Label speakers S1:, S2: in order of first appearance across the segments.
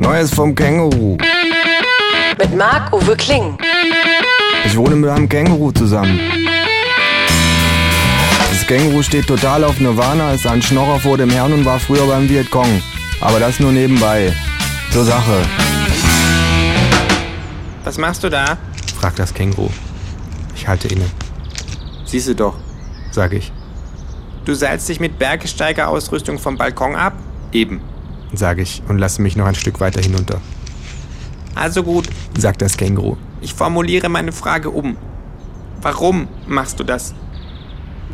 S1: Neues vom Känguru.
S2: Mit Marc-Uwe Kling.
S1: Ich wohne mit einem Känguru zusammen. Das Känguru steht total auf Nirvana, ist ein Schnorrer vor dem Herrn und war früher beim Vietcong. Aber das nur nebenbei. Zur Sache.
S3: Was machst du da?
S4: fragt das Känguru. Ich halte inne,
S3: Siehste doch.
S4: sage ich,
S3: Du seilst dich mit Bergsteigerausrüstung vom Balkon ab? Eben.
S4: sage ich und lasse mich noch ein Stück weiter hinunter,
S3: Also gut,
S4: sagt das Känguru.
S3: ich formuliere meine Frage um. Warum machst du das?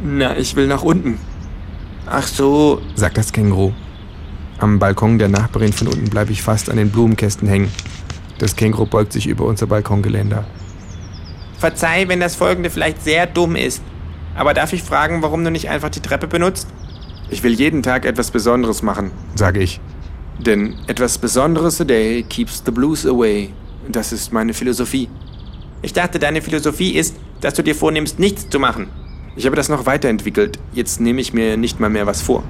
S3: Na, ich will nach unten. Ach so,
S4: sagt das Känguru. Am Balkon der Nachbarin von unten bleibe ich fast an den Blumenkästen hängen. Das Känguru beugt sich über unser Balkongeländer.
S3: verzeih, wenn das folgende vielleicht sehr dumm ist. Aber darf ich fragen, warum du nicht einfach die Treppe benutzt?
S5: Ich will jeden Tag etwas Besonderes machen,
S4: Sage ich,
S5: denn etwas Besonderes today keeps the blues away. Das ist meine Philosophie.
S3: Ich dachte, deine Philosophie ist, dass du dir vornimmst, nichts zu machen.
S5: Ich habe das noch weiterentwickelt. Jetzt nehme ich mir nicht mal mehr was vor.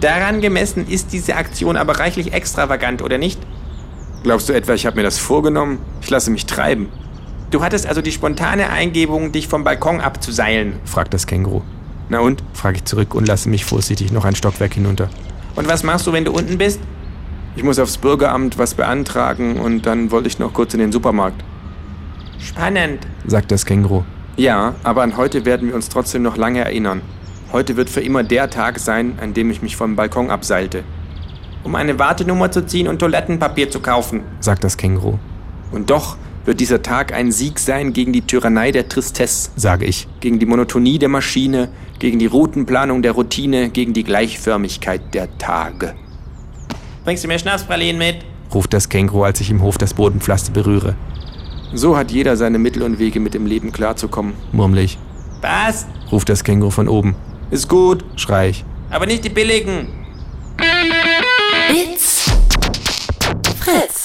S3: Daran gemessen ist diese Aktion aber reichlich extravagant, oder nicht?
S5: Glaubst du etwa, ich habe mir das vorgenommen? Ich lasse mich treiben.
S3: Du hattest also die spontane Eingebung, dich vom Balkon abzuseilen.
S4: fragt das Känguru.
S5: Na und?
S4: Frage ich zurück und lasse mich vorsichtig noch ein Stockwerk hinunter.
S3: Und was machst du, wenn du unten bist?
S5: Ich muss aufs Bürgeramt was beantragen und dann wollte ich noch kurz in den Supermarkt.
S3: Spannend.
S4: Sagt das Känguru.
S5: Ja, aber an heute werden wir uns trotzdem noch lange erinnern. Heute wird für immer der Tag sein, an dem ich mich vom Balkon abseilte.
S3: Um eine Wartenummer zu ziehen und Toilettenpapier zu kaufen.
S4: Sagt das Känguru.
S5: Und doch wird dieser Tag ein Sieg sein gegen die Tyrannei der Tristesse,
S4: Sage ich.
S5: gegen die Monotonie der Maschine, gegen die Routenplanung der Routine, gegen die Gleichförmigkeit der Tage.
S3: Bringst du mir Schnapspralinen mit?
S4: Ruft das Känguru, als ich im Hof das Bodenpflaster berühre.
S5: So hat jeder seine Mittel und Wege, mit dem Leben klarzukommen.
S4: Murmel ich.
S3: Was?
S4: Ruft das Känguru von oben.
S5: Ist gut.
S4: Schrei ich.
S3: Aber nicht die billigen.
S6: It's Fritz.